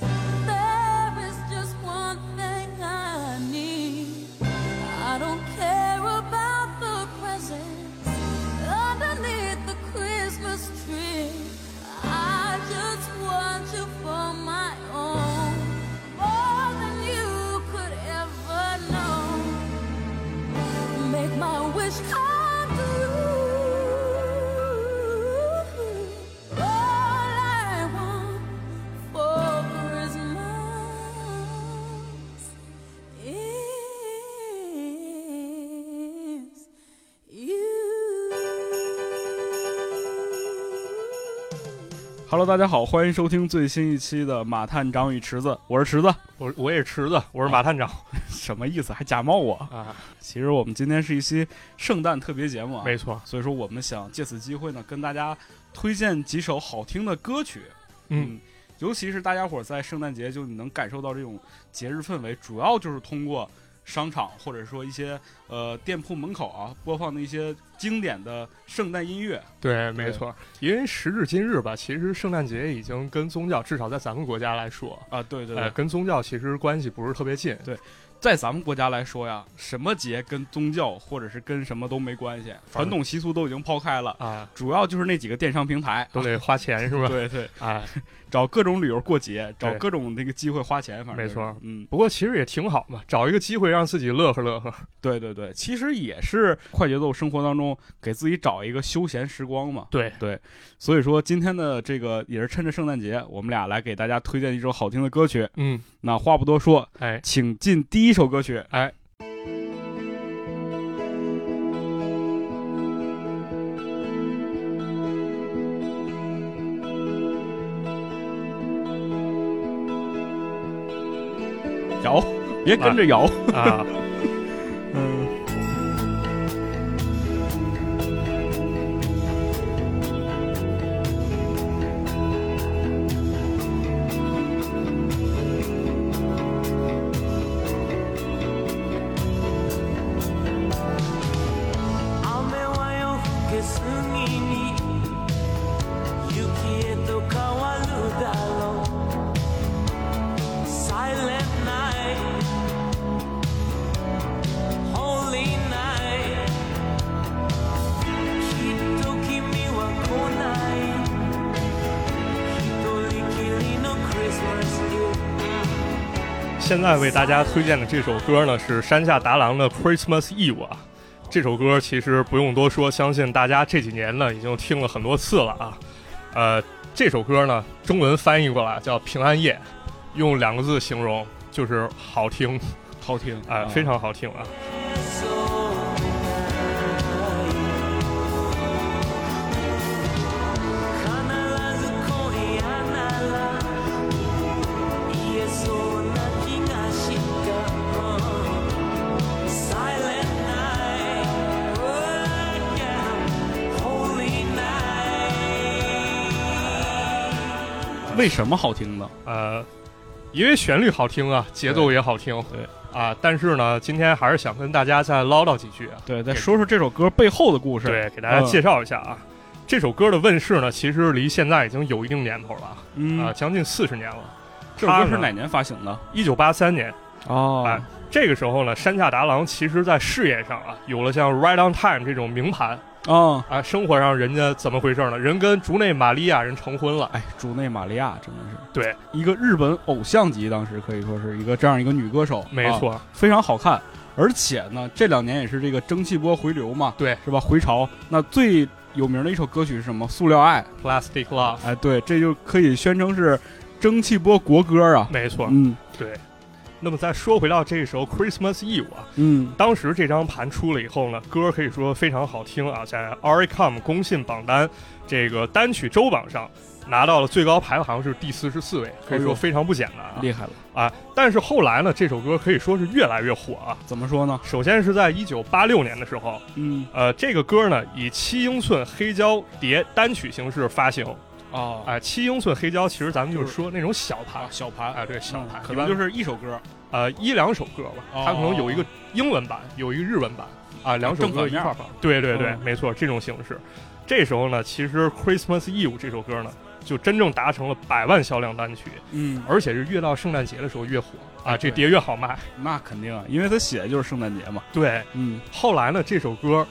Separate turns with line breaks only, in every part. There is just one thing I need. I don't care about the presents underneath the Christmas tree. I just want you for my own, more than you could ever know make my wish come true. All I want for Christmas is you.
Hello，大家好，欢迎收听最新一期的《马探长与池子》，我是池子，
我我也是池子，我是马探长
什么意思？还假冒我？
啊，
其实我们今天是一期圣诞特别节目啊，
没错，
所以说我们想借此机会呢，跟大家推荐几首好听的歌曲，
嗯，
尤其是大家伙儿在圣诞节就你能感受到这种节日氛围，主要就是通过商场或者说一些呃店铺门口啊播放的一些经典的圣诞音乐，
对，没错，因为时至今日吧，其实圣诞节已经跟宗教，至少在咱们国家来说，
啊，对对对，
呃，跟宗教其实关系不是特别近，
在咱们国家来说呀，什么节跟宗教或者是跟什么都没关系，传统习俗都已经抛开了，
啊，
主要就是那几个电商平台。啊
都得花钱是吧？
对对，
啊，
找各种理由过节，找
对
各种那个机会花钱，反正
没错
就是嗯，
不过其实也挺好嘛，找一个机会让自己乐呵乐呵，
对对对，其实也是快节奏生活当中给自己找一个休闲时光嘛。
对，
所以说今天的这个也是趁着圣诞节，我们俩来给大家推荐一首好听的歌曲。
嗯，
那话不多说，
哎，
请进第一首歌曲。
哎，
摇，别跟着摇。
啊，
嗯，
雨は夜更けすぎに雪へと変わるだろう Silent night Holy night きっと君は来ない一人きりのクリスマスイブ
现在为大家推荐的这首歌呢是山下达郎的《Christmas Eve》啊。这首歌其实不用多说，相信大家这几年呢已经听了很多次了啊。呃，这首歌呢中文翻译过来叫《平安夜》，用两个字形容就是好听
好听
啊、非常好听啊。
So bright 必ず今夜なら言えそうな気がした Silent night Oh, yeah. Holy night
为什么好听呢？
呃，因为旋律好听啊，节奏也好听，
对
啊。但是呢，今天还是想跟大家再唠叨几句啊。
对，再说说这首歌背后的故事。
对，给大家介
绍。
绍一下啊。这首歌的问世呢，其实离现在已经有一定年头了啊，
嗯，
啊，将近四十年了。
这首歌是哪年发行的？
一九八三年，
哦
哎这个时候呢，山下达郎其实在事业上啊，有了像《Right on Time》这种名盘
哦，
啊。生活上人家怎么回事呢？人跟竹内玛利亚人成婚了，
哎，竹内玛利亚真的是
对
一个日本偶像级，当时可以说是一个这样一个女歌手，
没
啊
错，
非常好看。而且呢，这两年也是这个蒸汽波回流嘛，
对
是吧？回潮。那最有名的一首歌曲是什么？《塑料爱
Plastic Love》，》。
哎，对，这就可以宣称是蒸汽波国歌啊。
没错，
嗯
对。那么再说回到这首《Christmas Eve》啊，
嗯，
当时这张盘出了以后呢，歌可以说非常好听啊，在 Oricom 公信榜单这个单曲周榜上拿到了最高排行是第四十四位，可以
哎呦
说非常不简单啊
厉害了。
啊！但是后来呢，这首歌可以说是越来越火啊。
怎么说呢？
首先是在一九八六年的时候，
嗯
呃，这个歌呢以七英寸黑胶碟单曲形式发行
哦
啊、七英寸黑胶其实咱们就是
就是
说那种小盘
啊，小盘
啊，对，小盘
可
一
能哦就
般
是一首歌。
呃一两首歌吧，它可能有一个英文版，有一个日文版。啊，两首
正
歌
反
一块
面
儿放。对对对，
嗯
没错，这种形式。这时候呢，其实《Christmas Eve》这首歌呢，就真正达成了百万销量单曲，
嗯，
而且是越到圣诞节的时候越火啊，
哎
这
对
碟越好卖。
那肯定，啊，因为他写的就是圣诞节嘛。
对，
嗯，
后来呢，这首歌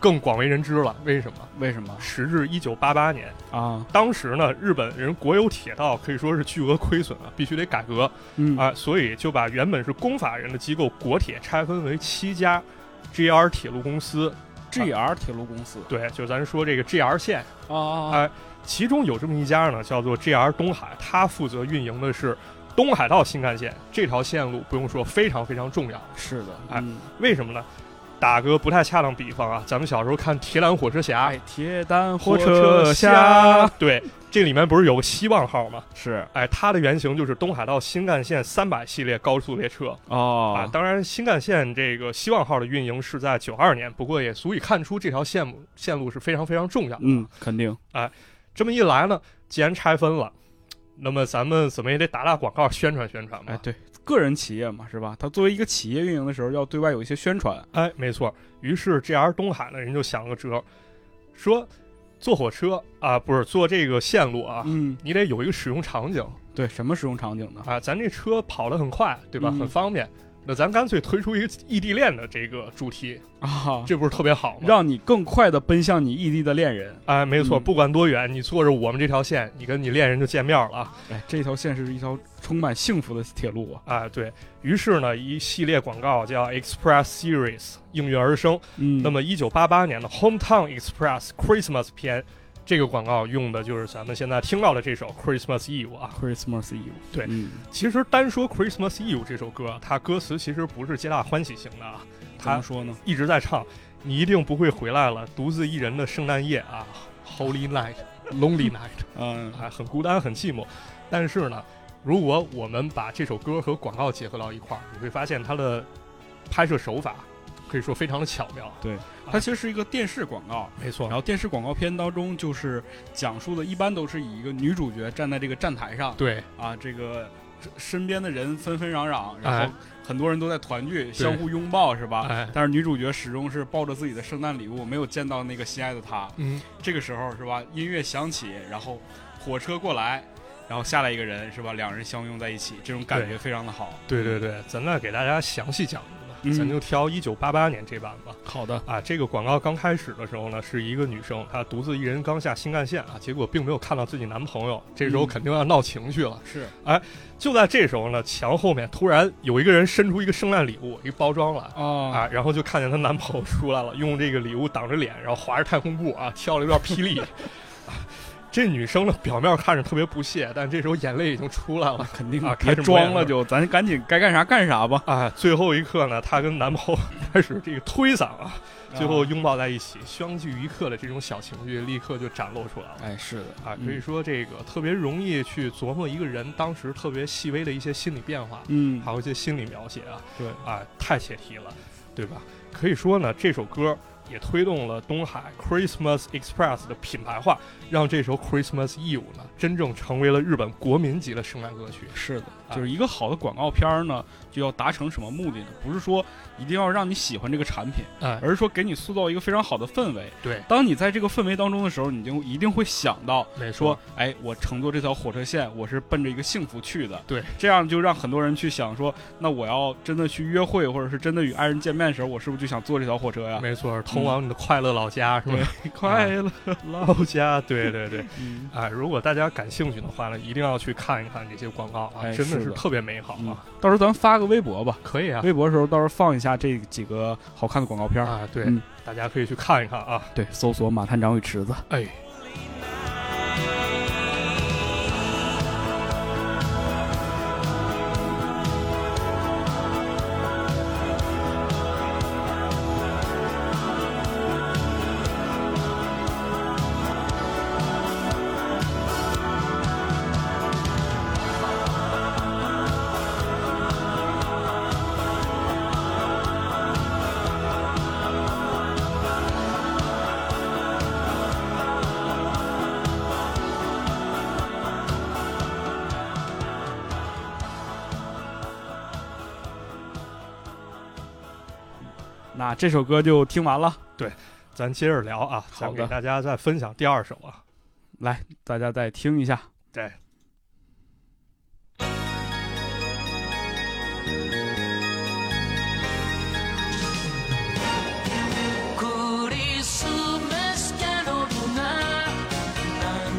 更广为人知了，为什么？
为什么
时至一九八八年，
啊？
当时呢，日本人国有铁道可以说是巨额亏损啊，必须得改革
嗯
啊，所以就把原本是公法人的机构国铁拆分为七家 JR 铁路公司，
，GR 铁路公司
对，就咱说这个 JR 线，
啊啊
啊其中有这么一家呢，叫做 JR 东海，它负责运营的是东海道新干线这条线路，不用说非常非常重要。
是的，
哎
嗯，
为什么呢？打个不太恰当比方啊，咱们小时候看《铁胆火车侠》
哎，铁蛋
火
车
车侠，对，这里面不是有个希望号吗？
是
哎，它的原型就是东海道新干线三百系列高速列车啊。
哦，
当然，新干线这个希望号的运营是在九二年，不过也足以看出这条线路线路是非常非常重要的。
嗯，肯定
这么一来呢，既然拆分了，那么咱们怎么也得打打广告宣传宣传吧。
哎，对，个人企业嘛，是吧？他作为一个企业运营的时候，要对外有一些宣传。
哎，没错。于是 JR 东海呢，人就想了个辙，说坐火车啊，不是坐这个线路啊，
嗯，
你得有一个使用场景
对，什么使用场景呢？
啊，咱这车跑得很快，对吧？
嗯
很方便。那咱干脆推出一个异地恋的这个主题，
啊，
这不是特别好吗？
让你更快的奔向你异地的恋人。
哎，没错，
嗯
不管多远，你坐着我们这条线，你跟你恋人就见面了啊！
哎，这条线是一条充满幸福的铁路啊。
啊，对于是呢，一系列广告叫 Express Series 应运而生。
嗯
那么，一九八八年的 Hometown Express Christmas 篇，这个广告用的就是咱们现在听到的这首 Christmas Eve 啊。
Christmas Eve，
对
嗯
其实单说 Christmas Eve 这首歌，它歌词其实不是皆大欢喜型的啊，
怎么
它
说呢？
一直在唱“你一定不会回来了，独自一人的圣诞夜啊，Holy Night，Lonely Night，
嗯
还很孤单，很寂寞。”但是呢，如果我们把这首歌和广告结合到一块儿，你会发现它的拍摄手法可以说非常的巧妙。
它其实是一个电视广告，
没错
然，后电视广告片当中就是讲述的，一般都是以一个女主角站在这个站台上
对。
啊，这个身边的人纷纷攘攘，
哎
然后很多人都在团聚，相互拥抱，是吧？
哎，
但是女主角始终是抱着自己的圣诞礼物，没有见到那个心爱的他。
嗯，
这个时候是吧？音乐响起，然后火车过来，然后下来一个人是吧？两人相拥在一起，这种感觉非常的好。
对对对，咱再给大家详细讲一个吧，
嗯
咱就挑一九八八年这版吧。
好的，
啊，这个广告刚开始的时候呢，是一个女生，她独自一人刚下新干线啊，结果并没有看到自己男朋友，这时候
嗯
肯定要闹情绪了。
是
就在这时候呢，墙后面突然有一个人伸出一个圣诞礼物，一个包装来。
哦，
啊，然后就看见她男朋友出来了，用这个礼物挡着脸，然后划着太空步啊，跳了一段霹雳。啊 这女生呢，表面看着特别不屑，但这时候眼泪已经出来了。
肯定
啊
别
开始磨
装
洋
了
了
就，咱赶紧该干啥干啥吧。
啊，最后一刻呢，她跟男朋友 开始这个推搡啊，最后拥抱在一起，相聚一刻的这种小情绪立刻就展露出来了。
哎，是的
啊，可以说这个特别容易去琢磨一个人当时特别细微的一些心理变化，
嗯，
还有一些心理描写啊，
对
啊，太解题了，对吧？可以说呢，这首歌也推动了东海 Christmas Express 的品牌化，让这首 Christmas Eve 呢真正成为了日本国民级的圣诞歌曲。
是的，
啊
就是一个好的广告片儿呢，就要达成什么目的呢？不是说一定要让你喜欢这个产品，
哎，
而是说给你塑造一个非常好的氛围。
对，
当你在这个氛围当中的时候，你就一定会想到
没
说，哎，我乘坐这条火车线，我是奔着一个幸福去的。
对，
这样就让很多人去想说，那我要真的去约会，或者是真的与爱人见面的时候，我是不是就想坐这条火车呀？
没啊错，通往你的快乐老家、
嗯
是吧？
快乐，
老家，对对对，
嗯，
哎，如果大家感兴趣的话呢，一定要去看一看这些广告啊，
哎
真的
是
是
的
特别美好
嗯
啊，
到时候咱发个微博吧，
可以啊，
微博的时候到时候放一下这几个好看的广告片儿。
啊，对，
嗯
大家可以去看一看啊，
对，搜索马探长与池子。
哎，
Christmas Eve,
那这首歌就听完了，
咱接着聊啊，
好
咱
的
给大家再分享第二首啊。
来大家再听一下。
对，
クリスマスキャロルが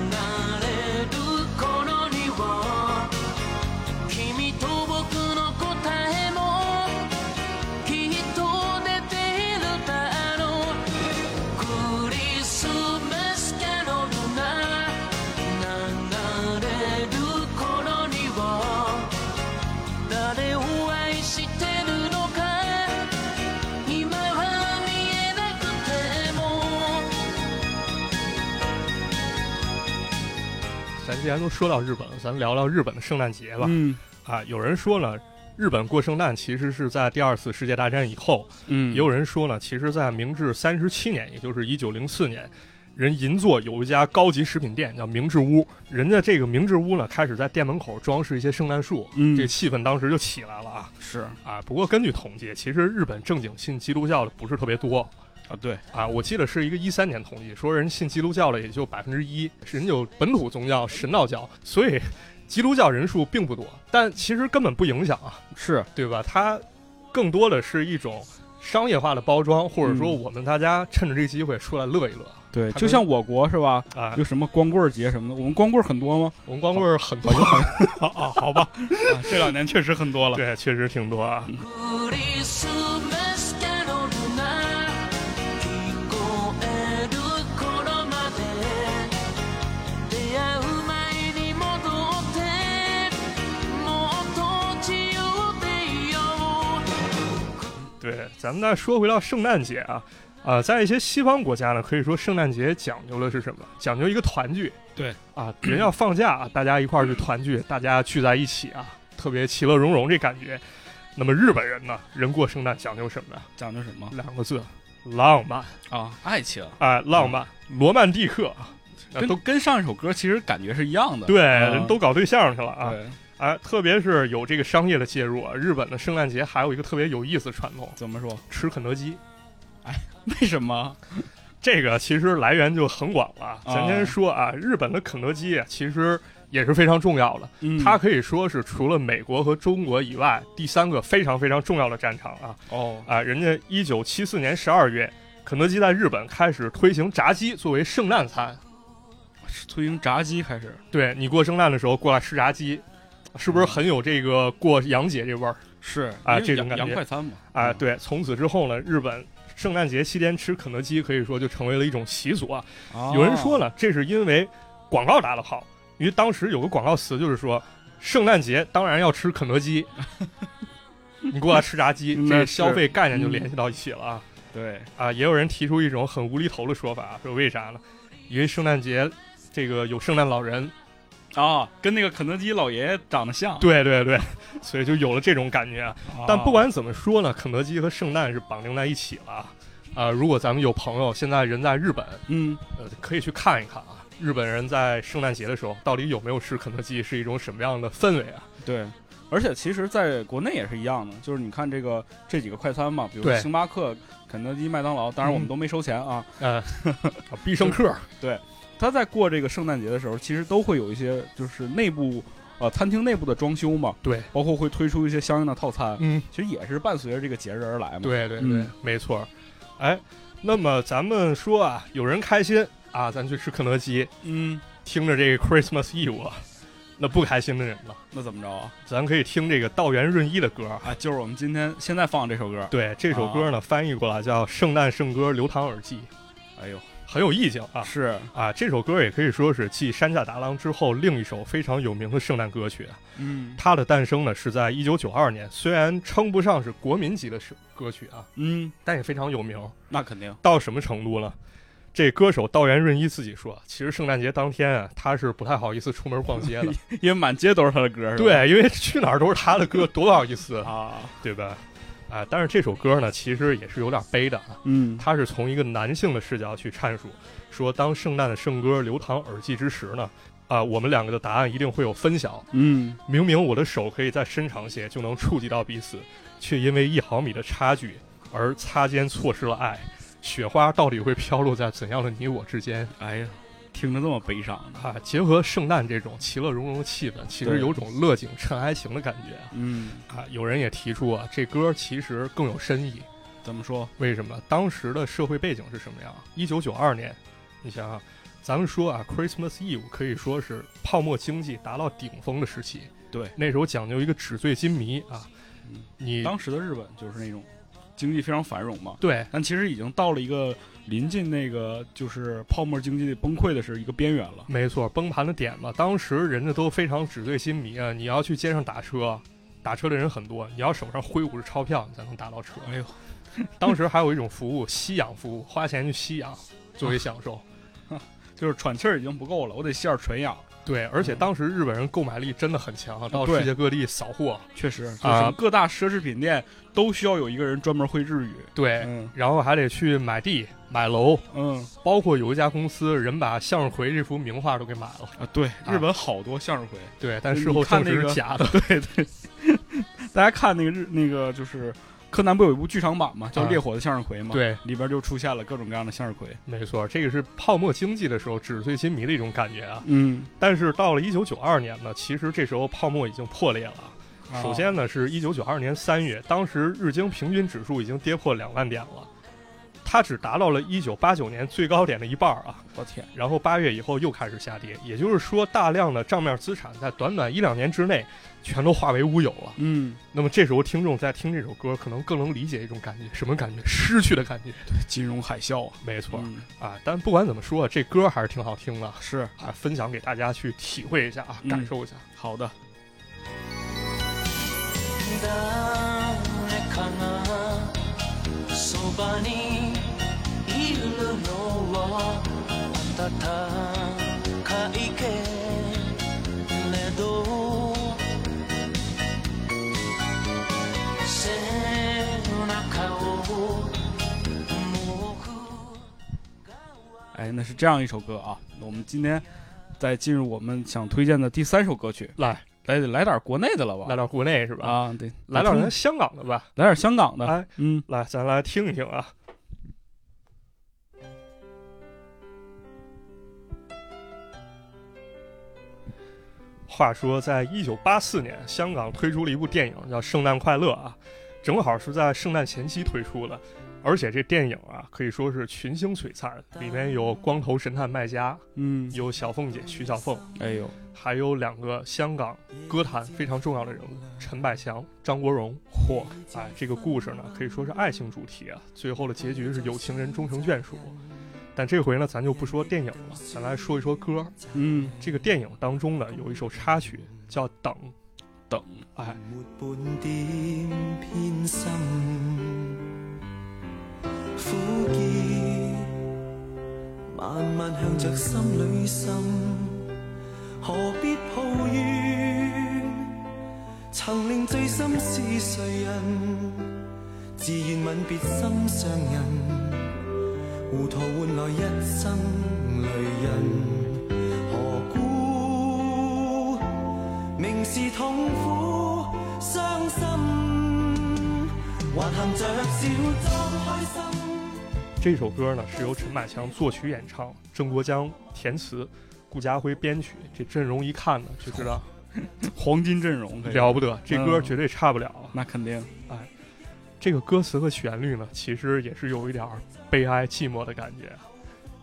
流れる頃には君と僕の答えもきっと出ているだろうクリスマスキャロルが流れる頃には誰を愛してるのか今は見えなくても
咱既然都说到日本了，咱聊聊日本的圣诞节吧。
嗯
啊，有人说呢，日本过圣诞其实是在第二次世界大战以后，
嗯，
也有人说呢，其实，在明治三十七年，也就是一九零四年，人银座有一家高级食品店叫明治屋，人家这个明治屋呢，开始在店门口装饰一些圣诞树，
嗯
这气氛当时就起来了啊
是啊，
啊！不过根据统计，其实日本正经信基督教的不是特别多
对，
啊，我记得是一个一三年统计，说人信基督教的也就百分之一，人有本土宗教神道教，所以基督教人数并不多，但其实根本不影响啊。
是
对吧？它更多的是一种商业化的包装，或者说
嗯
我们大家趁着这机会出来乐一乐
对，
他
就
们
像我国是吧？
啊
有。什么光棍儿节什么的，我们光棍儿很多吗？
我们光棍儿很多，
啊啊，好吧，嗯啊这两年确实很多了。
对，确实挺多啊。
クリスマスキャロルが聞こえる頃まで出会う前に戻ってもっと自由でいよう
对，咱们再说回到圣诞节啊，啊、在一些西方国家呢，可以说圣诞节讲究的是什么？讲究一个团聚。
对
啊，人要放假啊，大家一块儿去团聚，大家聚在一起啊，特别其乐融融这感觉。那么日本人呢，人过圣诞讲究什么呀？
讲究什么
两个字，浪漫。
啊？爱情
啊，浪漫，
嗯
罗曼蒂克，啊
跟
都
跟上一首歌其实感觉是一样的。
对，
啊
人都搞对象去了啊！
对，
啊，特别是有这个商业的介入，啊，日本的圣诞节还有一个特别有意思的传统，
怎么说？
吃肯德基。
为什么？
这个其实来源就很广了啊，咱
啊
先说啊，日本的肯德基啊其实也是非常重要的，
嗯
它可以说是除了美国和中国以外第三个非常非常重要的战场啊
哦，
啊！人家一九七四年十二月，肯德基在日本开始推行炸鸡作为圣诞餐，
是推行炸鸡开始
对你过圣诞的时候过来吃炸鸡，是不是很有这个过洋节这味儿
是
啊
因为
这种
洋
感觉
洋快餐嘛？
啊？
嗯，
对，从此之后呢，日本圣诞节期间吃肯德基可以说就成为了一种习俗啊。
哦
有人说了，这是因为广告打得好，因为当时有个广告词就是说，圣诞节当然要吃肯 德基，你过来吃炸鸡，
嗯
这
是
消费概念就联系到一起了啊。
对，
啊，也有人提出一种很无厘头的说法，啊说为啥呢？因为圣诞节这个有圣诞老人，
啊，跟那个肯德基老爷爷长得像。
对对对，所以就有了这种感觉啊。
啊，
但不管怎么说呢，肯德基和圣诞是绑定在一起了。啊、如果咱们有朋友现在人在日本，
嗯，
呃，可以去看一看啊，日本人在圣诞节的时候到底有没有吃肯德基，是一种什么样的氛围啊？
对，而且其实在国内也是一样的，就是你看这个这几个快餐嘛，比如说
对
星巴克、肯德基、麦当劳，当然我们
嗯
都没收钱啊。
呃，啊必胜客，
他在过这个圣诞节的时候，其实都会有一些就是内部呃餐厅内部的装修嘛，
对，
包括会推出一些相应的套餐，
嗯，
其实也是伴随着这个节日而来嘛。，
对对对，
嗯
没错儿。哎，那么咱们说啊，有人开心啊，咱去吃肯德基，
嗯，
听着这个 Christmas Eve，啊那不开心的人呢，
那怎么着啊？
咱可以听这个道元润一的歌啊。
啊，就是我们今天现在放的这首歌，
对，这首歌呢、翻译过来叫《圣诞圣歌流淌耳际》，
哎呦，
很有意境啊
是，
啊！这首歌也可以说是继山下达郎之后另一首非常有名的圣诞歌曲。
嗯
它的诞生呢是在1992年，虽然称不上是国民级的是歌曲啊，
嗯，
但也非常有名。
那肯 定，
到什么程度了？这歌手道元润一自己说，其实圣诞节当天啊，他是不太好意思出门逛街的。
因为满街都是他的歌，是吧？
对，因为去哪儿都是他的歌，多不好意思啊，
啊，
对吧？啊，但是这首歌呢，其实也是有点悲的啊。
嗯，
他是从一个男性的视角去阐述，说当圣诞的圣歌流淌耳际之时呢，啊、我们两个的答案一定会有分晓。
嗯，
明明我的手可以再伸长些就能触及到彼此，却因为一毫米的差距而擦肩错失了爱。雪花到底会飘落在怎样的你我之间
哎呀，听着这么悲伤呢。
啊？结合圣诞这种其乐融融的气氛，其实
对
有种乐景趁哀情的感觉啊
嗯，
啊。有人也提出啊，这歌其实更有深意。啊
怎么说？
为什么？当时的社会背景是什么样？一九九二年，你想想，咱们说啊，Christmas Eve 可以说是泡沫经济达到顶峰的时期。
对，
那时候讲究一个纸醉金迷啊
嗯，
你
当时的日本就是那种经济非常繁荣嘛，
对
但其实已经到了一个临近那个就是泡沫经济崩溃的是一个边缘了。
没错，崩盘的点嘛，当时人家都非常纸醉金迷啊。你要去街上打车，打车的人很多，你要手上挥舞着钞票，你才能打到车。
哎呦，
当时还有一种服务，吸氧服务，花钱去吸氧作为享受。
就是喘气儿已经不够了，我得吸点纯氧。
对，而且当时日本人购买力真的很强啊，到
对
世界各地扫货。
确实，就是
啊
什么各大奢侈品店都需要有一个人专门会日语。
对，
嗯
然后还得去买地、买楼，
嗯
包括有一家公司人把向日葵这幅名画都给买了。
啊，对，日本好多向日葵。
对，但
你
事后证
看
实
那个
是假的。
对对，大家看那个日那个就是柯南不有一部剧场版嘛，叫
啊
《烈火的向日葵》嘛，，
对，
里边就出现了各种各样的向日葵。
没错，这个是泡沫经济的时候纸醉金迷的一种感觉啊。
嗯，
但是到了一九九二年呢，其实这时候泡沫已经破裂了。
啊
首先呢，是一九九二年三月，当时日经平均指数已经跌破两万点了，它只达到了一九八九年最高点的一半儿啊。
我天，
然后八月以后又开始下跌，也就是说，大量的账面资产在短短一两年之内全都化为乌有了。
嗯，
那么这时候听众在听这首歌，可能更能理解一种感觉，什么感觉？失去的感觉。
金融海啸啊，
没错、
嗯
啊，但不管怎么说，这歌还是挺好听的
是
啊，分享给大家去体会一下啊，
嗯
感受一下。
好的，
誰かがそばにいるのは暖かいけれど背中を向く
哎，那是这样一首歌啊。那我们今天再进入我们想推荐的第三首歌曲，
来，
来来点国内的了吧？
来到国内是吧？
啊，对，
来点
咱
咱香港的吧。
来点香港的，
哎，
嗯，
来，咱来听一听啊。话说，在一九八四年，香港推出了一部电影叫《圣诞快乐》啊，正好是在圣诞前夕推出的，而且这电影啊可以说是群星璀璨，里面有光头神探麦嘉，
嗯，
有小凤姐徐小凤，
哎呦，
还有两个香港歌坛非常重要的人物陈百强、张国荣。嚯，哎，这个故事呢可以说是爱情主题啊，最后的结局是有情人终成眷属。但这回呢，咱就不说电影了，咱来说一说歌。
嗯，
这个电影当中呢，有一首插曲叫《等》，
等，
哎，
没半点偏心，苦涩慢慢向着心里渗，何必抱怨？曾令最深是谁人？自愿吻别心上人，糊涂换来一生泪人，何故？明是痛苦伤心，还含着笑装开心。
这首歌呢是由陈百强作曲演唱，郑国江填词，顾嘉辉编曲。这阵容一看呢就知道
黄金阵容，可以
了不得，这歌
嗯
绝对差不了啊。
那肯定，
这个歌词和旋律呢，其实也是有一点儿悲哀寂寞的感觉。啊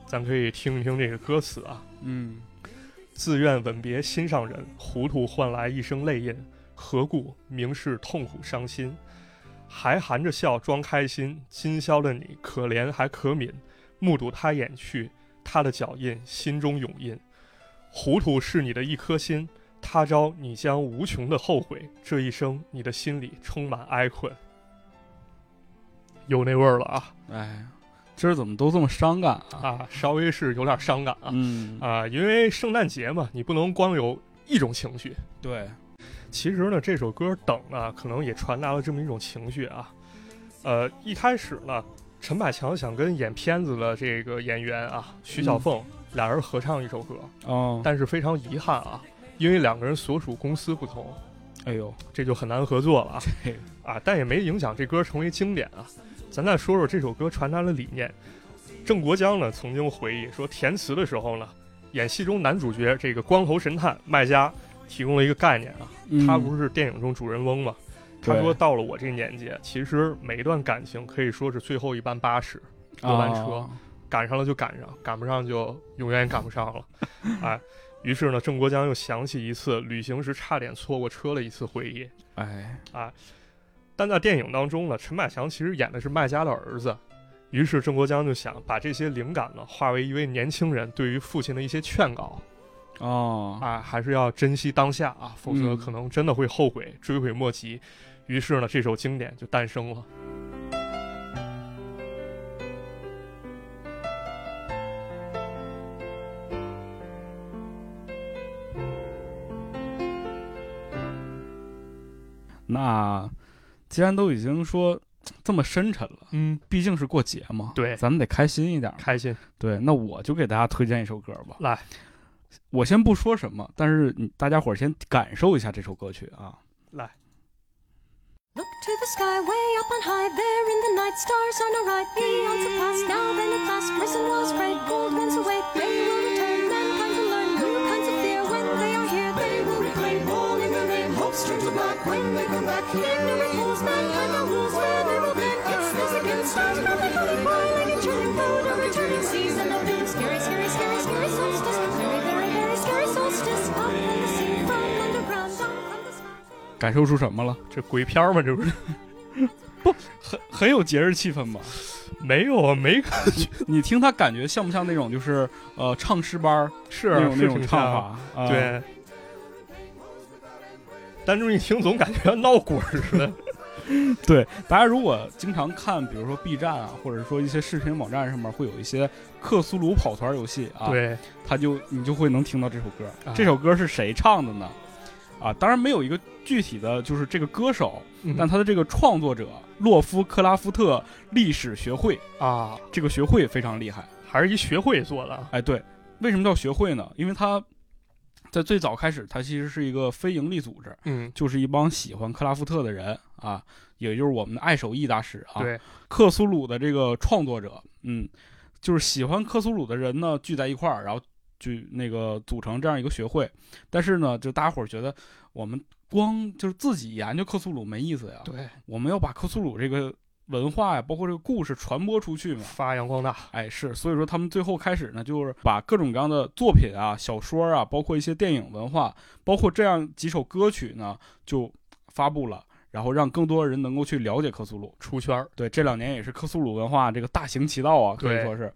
咱可以听一听这个歌词啊：
嗯，
自愿吻别心上人，糊涂换来一生泪印，何故明是痛苦伤心？还含着笑装开心，今宵的你可怜还可悯，目睹他眼去，他的脚印心中涌印。糊涂是你的一颗心，他朝你将无穷的后悔，这一生你的心里充满哀困。有那味儿了啊
哎，今儿怎么都这么伤感啊？
啊，稍微是有点伤感啊
嗯，
啊，因为圣诞节嘛，你不能光有一种情绪，
对，
其实呢，这首歌《等》呢，可能也传达了这么一种情绪啊。呃，一开始呢，陈百强想跟演片子的这个演员啊，徐小凤、俩人合唱一首歌，
哦，
但是非常遗憾啊，因为两个人所属公司不同，
哎呦，
这就很难合作了啊
对
啊！但也没影响这歌成为经典啊。咱再说说这首歌传达的理念。郑国江呢曾经回忆说，填词的时候呢，演戏中男主角这个光头神探麦家提供了一个概念啊，他不是电影中主人翁嘛？他
嗯对
说到了我这年纪，其实每一段感情可以说是最后一班巴士，
啊
游览车赶上了就赶上，赶不上就永远也赶不上了。哎，于是呢，郑国江又想起一次旅行时差点错过车的一次回忆。
哎，
但在电影当中呢，陈百强其实演的是麦家的儿子，于是郑国江就想把这些灵感呢化为一位年轻人对于父亲的一些劝告
哦，
啊，还是要珍惜当下啊，否则
嗯
可能真的会后悔，追悔莫及。于是呢，这首经典就诞生了。
那既然都已经说这么深沉了，
嗯，
毕竟是过节嘛，
对
咱们得开心一点儿。
开心
对，那我就给大家推荐一首歌吧。
来，
我先不说什么，但是你大家伙儿先感受一下这首歌曲啊。
Look to the sky, way up on high, there in the night, stars on the right, beyond the past, now then at last, prison walls break, gold winds awake, they will return, mankind will learn new kinds of fear, when they are here, they will reclaim, all in their name, hope's turned to black, when they come back here, miracles, mankind will lose, where they will bend, it's this again, stars from the coming by, like a chilling cold, a returning season of doom, scary, scary, scary, scary solstice, very, very, very scary solstice, up in the sea, from underground, down from the sky.
感受出什么了？
这鬼片儿嘛，这不是
很很有节日气氛吧？
没有啊，没看
你听他感觉像不像那种就是呃唱诗班儿
是啊
那种那
是
种
挺
唱
像
法？啊，
对。单纯一听总感觉闹鬼儿似的，
对，大家如果经常看，比如说 B 站啊，或者说一些视频网站上面会有一些克苏鲁跑团游戏 啊，，
对，
他就你就会能听到这首歌。
啊
这首歌是谁唱的呢？啊，当然没有一个具体的就是这个歌手，
嗯
但他的这个创作者洛夫克拉夫特历史学会
啊，
这个学会非常厉害。
还是一学会做的啊，
哎，对，为什么叫学会呢？因为他在最早开始，他其实是一个非营利组织，
嗯，
就是一帮喜欢克拉夫特的人啊，也就是我们的爱手艺大师啊，
对，
克苏鲁的这个创作者，嗯，就是喜欢克苏鲁的人呢聚在一块儿，然后就那个组成这样一个学会。但是呢，就大家伙儿觉得我们光就是自己研究克苏鲁没意思呀，
对，
我们要把克苏鲁这个文化呀，包括这个故事传播出去嘛。
嗯发扬光大，
哎，是，所以说他们最后开始呢，就是把各种各样的作品啊、小说啊，包括一些电影文化，包括这样几首歌曲呢，就发布了，然后让更多人能够去了解克苏鲁。
出圈儿，
对，这两年也是克苏鲁文化这个大行其道啊，可以
对
说是。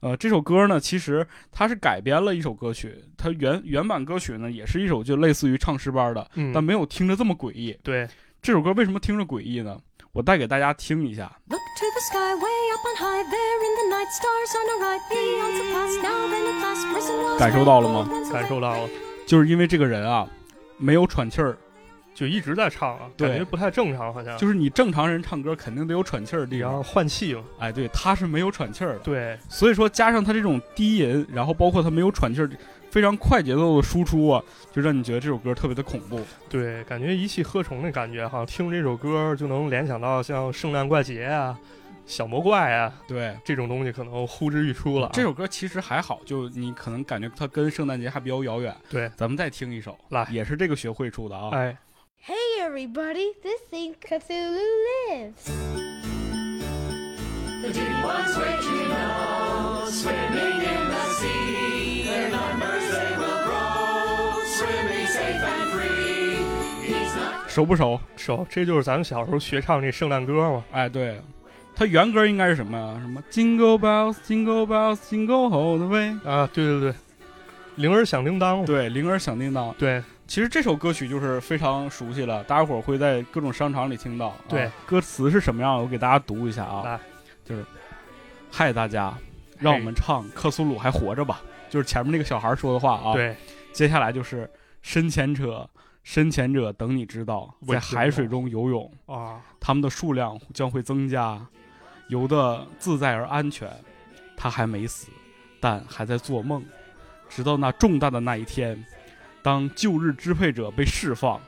呃，这首歌呢，其实它是改编了一首歌曲，它原原版歌曲呢，也是一首就类似于唱诗班的，
嗯
但没有听着这么诡异。
对，
这首歌为什么听着诡异呢？我带给大家听一下。
Look to the sky, way up on high, there in the night, stars on the right, beyond the past, now then at last, prison walls.
感受到了吗？
感受到了，
就是因为这个人啊，没有喘气儿，
就一直在唱啊，
对
感觉不太正常，好像
就是你正常人唱歌肯定得有喘气儿的地
然后
方，
换气嘛，
哎，对，他是没有喘气儿的，
对，
所以说加上他这种低吟，然后包括他没有喘气儿，非常快节奏的输出啊，就让你觉得这首歌特别的恐怖。
对，感觉一气呵成的感觉，好像听这首歌就能联想到像圣诞怪节啊、小魔怪啊
对，
这种东西，可能呼之欲出了啊，
这首歌其实还好，就你可能感觉它跟圣诞节还比较遥远。
对
咱们再听一首，
来
也是这个学会出的啊。
哎，
Hey everybody, this thing Cthulhu lives.
熟不熟？
手，这就是咱们小时候学唱这圣诞歌嘛，
哎，对，它原歌应该是什么啊呀？什么 Jingle bells, Jingle bells, Jingle all the way。
啊，对对对，铃儿响叮当，
对，铃儿响叮当。
对
其实这首歌曲就是非常熟悉了，大家伙儿会在各种商场里听到。啊
对
歌词是什么样的？我给大家读一下啊
来，
就是嗨大家，让我们唱克苏鲁还活着吧，就是前面那个小孩说的话啊。，
对，
接下来就是深潜者，深潜者等你知道，
我
在
知道
海水中游泳，
啊，
它们的数量将会增加，游得自在而安全。他还没死，但还在做梦，直到那重大的那一天，当旧日支配者被释放，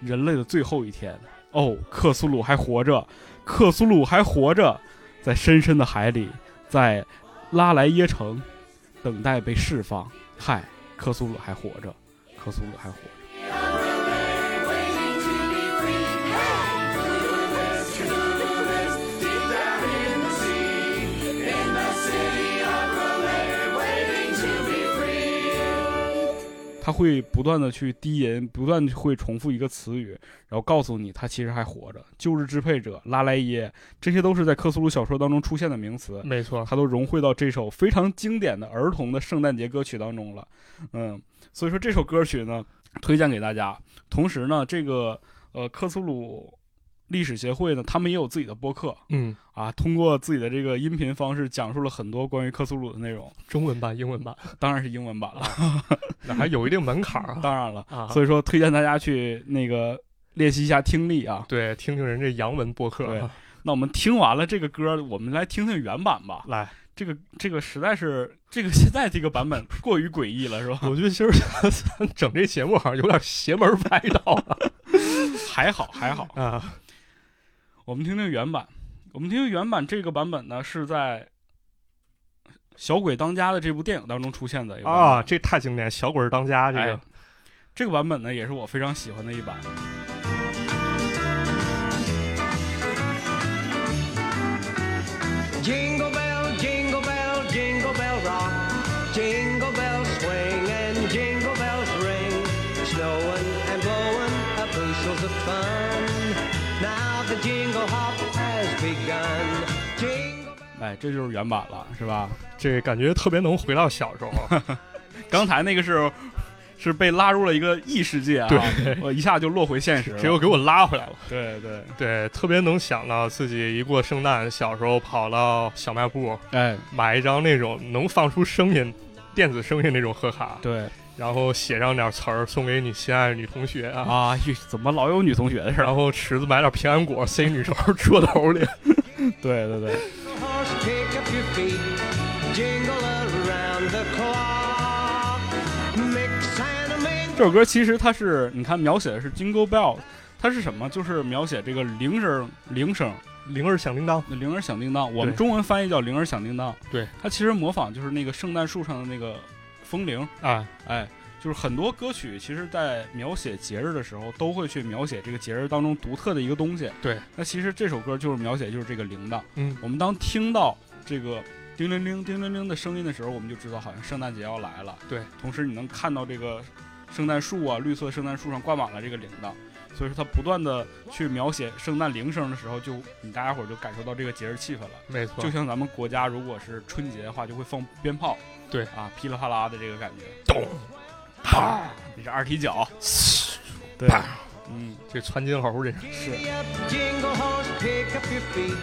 人类的最后一天。哦，克苏鲁还活着，克苏鲁还活着，在深深的海里，在拉莱耶城等待被释放。嗨，克苏鲁还活着，克苏鲁还活着。他会不断的去低吟，不断地会重复一个词语，然后告诉你他其实还活着。旧日支配者拉莱耶，这些都是在克苏鲁小说当中出现的名词，
没错，
它都融汇到这首非常经典的儿童的圣诞节歌曲当中了。嗯，所以说这首歌曲呢，推荐给大家。同时呢，这个呃克苏鲁历史协会呢，他们也有自己的播客
嗯，
啊，通过自己的这个音频方式讲述了很多关于克苏鲁的内容，
中文版、英文 版，
当然是英文版了，
那还有一定门槛儿 啊。
当然了。
啊，
所以说推荐大家去那个练习一下听力啊。
对，听听人这洋文播客啊，
那我们听完了这个歌，我们来听听原版吧。
来，
这个这个实在是这个现在这个版本过于诡异了，是吧？
我觉得其实咱整这节目好像有点邪门歪道 了
还好还好，
啊。
我们听听原版。我们听听原版这个版本呢，是在《小鬼当家》的这部电影当中出现的一个版本
啊，这太经典，小鬼儿当家这个，
哎这个版本呢，也是我非常喜欢的一版。
Jingle bell, jingle bell, jingle bell rock. Jingle bells swing and jingle bells ring. Snowing and blowing are bushels of fun. Now the jingle hop has begun. Jingle
哎，这就是原版了，是吧？
这感觉特别能回到小 时候。
刚才那个是是被拉入了一个异世界啊，我一下就落回现 实了。
只有给我拉回来了。
对对，
对，特别能想到自己一过圣诞，小时候跑到小卖部
哎，
买一张那种能放出声音、电子声音那种贺卡，
对
然后写上点词儿送给你心爱的女同学啊，
啊，哟怎么老有女同学的事儿？ 啊
然后池子买点平安果塞女孩桌头里。
对对对，
horse, pick up your feet. Jingle around the clock. Mix and a mingle.
这首歌其实它是你看描写的是 Jingle Bell，它是什么？就是描写这个铃声铃声。
铃儿响叮当，
铃儿响叮当，我们
对
中文翻译叫铃儿响叮当。
对，
它其实模仿就是那个圣诞树上的那个风铃，
啊，
哎，就是很多歌曲其实，在描写节日的时候，都会去描写这个节日当中独特的一个东西。
对，
那其实这首歌就是描写就是这个铃铛。
嗯，
我们当听到这个叮铃铃、叮铃铃的声音的时候，我们就知道好像圣诞节要来了。
对，
同时你能看到这个圣诞树啊，绿色圣诞树上挂满了这个铃铛，所以说它不断的去描写圣诞铃声的时候，就你大家伙儿就感受到这个节日气氛了。
没错，
就像咱们国家如果是春节的话，就会放鞭炮，
对
啊，噼里啪啦的这个感觉，
咚，
啪，你是二踢脚，对，嗯，
这窜金猴这是
Giddy up, jingle horse, pick up your feet.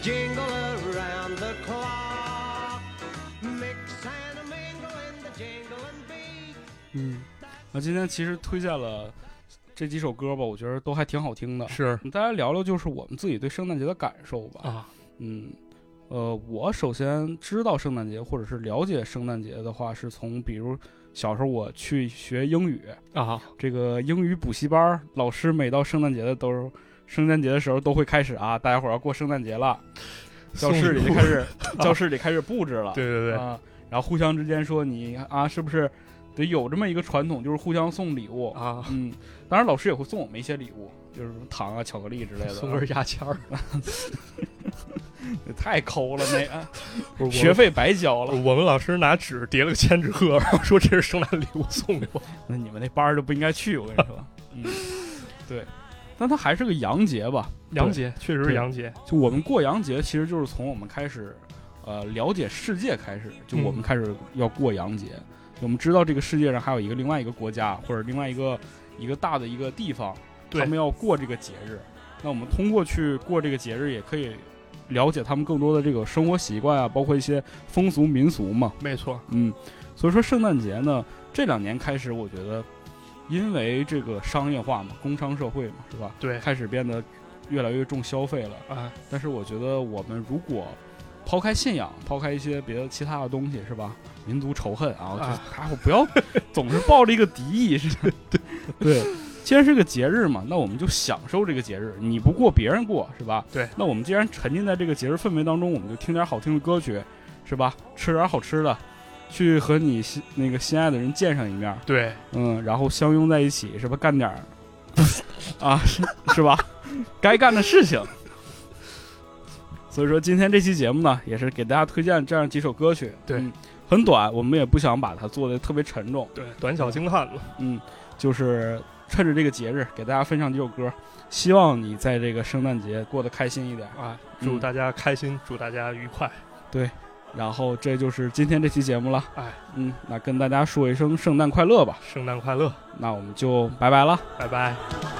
Jingle around the clock. Mix and a mingle in the jingle and beat.
嗯，那今天其实推荐了这几首歌吧，我觉得都还挺好听的。
是
我们大家聊聊就是我们自己对圣诞节的感受吧。
啊，
嗯，呃，我首先知道圣诞节或者是了解圣诞节的话，是从比如小时候我去学英语，
啊，
这个英语补习班儿老师每到圣诞节的都是圣诞节的时候都会开始啊，大家伙儿要过圣诞节了，教室里就开 始教室里开始布置了。
对对对，
啊，然后互相之间说你啊，是不是得有这么一个传统，就是互相送礼物？
啊，
嗯，当然老师也会送我们一些礼物，就是糖啊、巧克力之类的。
送根牙签儿，
太抠了， 那啊
我我
学费白交了。
我们老师拿纸叠了个千纸鹤， 然后说这是圣诞礼物送给 我。
那你们那班儿就不应该去，我跟你说。 嗯，对，但它还是个洋节吧？
杨节确实是
对
杨节，
就我们过洋节，其实就是从我们开始，呃，了解世界开始，就我们
嗯
开始要过洋节。我们知道这个世界上还有一个另外一个国家或者另外一个一个大的一个地方，
对
他们要过这个节日。那我们通过去过这个节日，也可以了解他们更多的这个生活习惯啊，包括一些风俗民俗嘛。
没错，
嗯，所以说圣诞节呢，这两年开始，我觉得因为这个商业化嘛，工商社会嘛，是吧？
对，
开始变得越来越重消费了。
啊，
但是我觉得我们如果抛开信仰，抛开一些别的其他的东西，是吧？民族仇恨啊，我觉得
啊
哎我不要 总是抱着一个敌意，是吧？对，既然是个节日嘛，那我们就享受这个节日。你不过，别人过，是吧？
对。
那我们既然沉浸在这个节日氛围当中，我们就听点好听的歌曲，是吧？吃点好吃的，去和你心那个心爱的人见上一面，
对，
嗯，然后相拥在一起，是吧？干点 儿啊，是是吧？该干的事情。所以说，今天这期节目呢，也是给大家推荐这样几首歌曲。
对
嗯很短，我们也不想把它做的特别沉重。
对，短小精悍嘛。
嗯，就是趁着这个节日，给大家分享几首歌，希望你在这个圣诞节过得开心一点。
啊，祝大家开心，祝大家愉快。
然后这就是今天这期节目了。
哎，
嗯，那跟大家说一声圣诞快乐吧。
圣诞快乐，
那我们就拜拜了。
拜拜。
「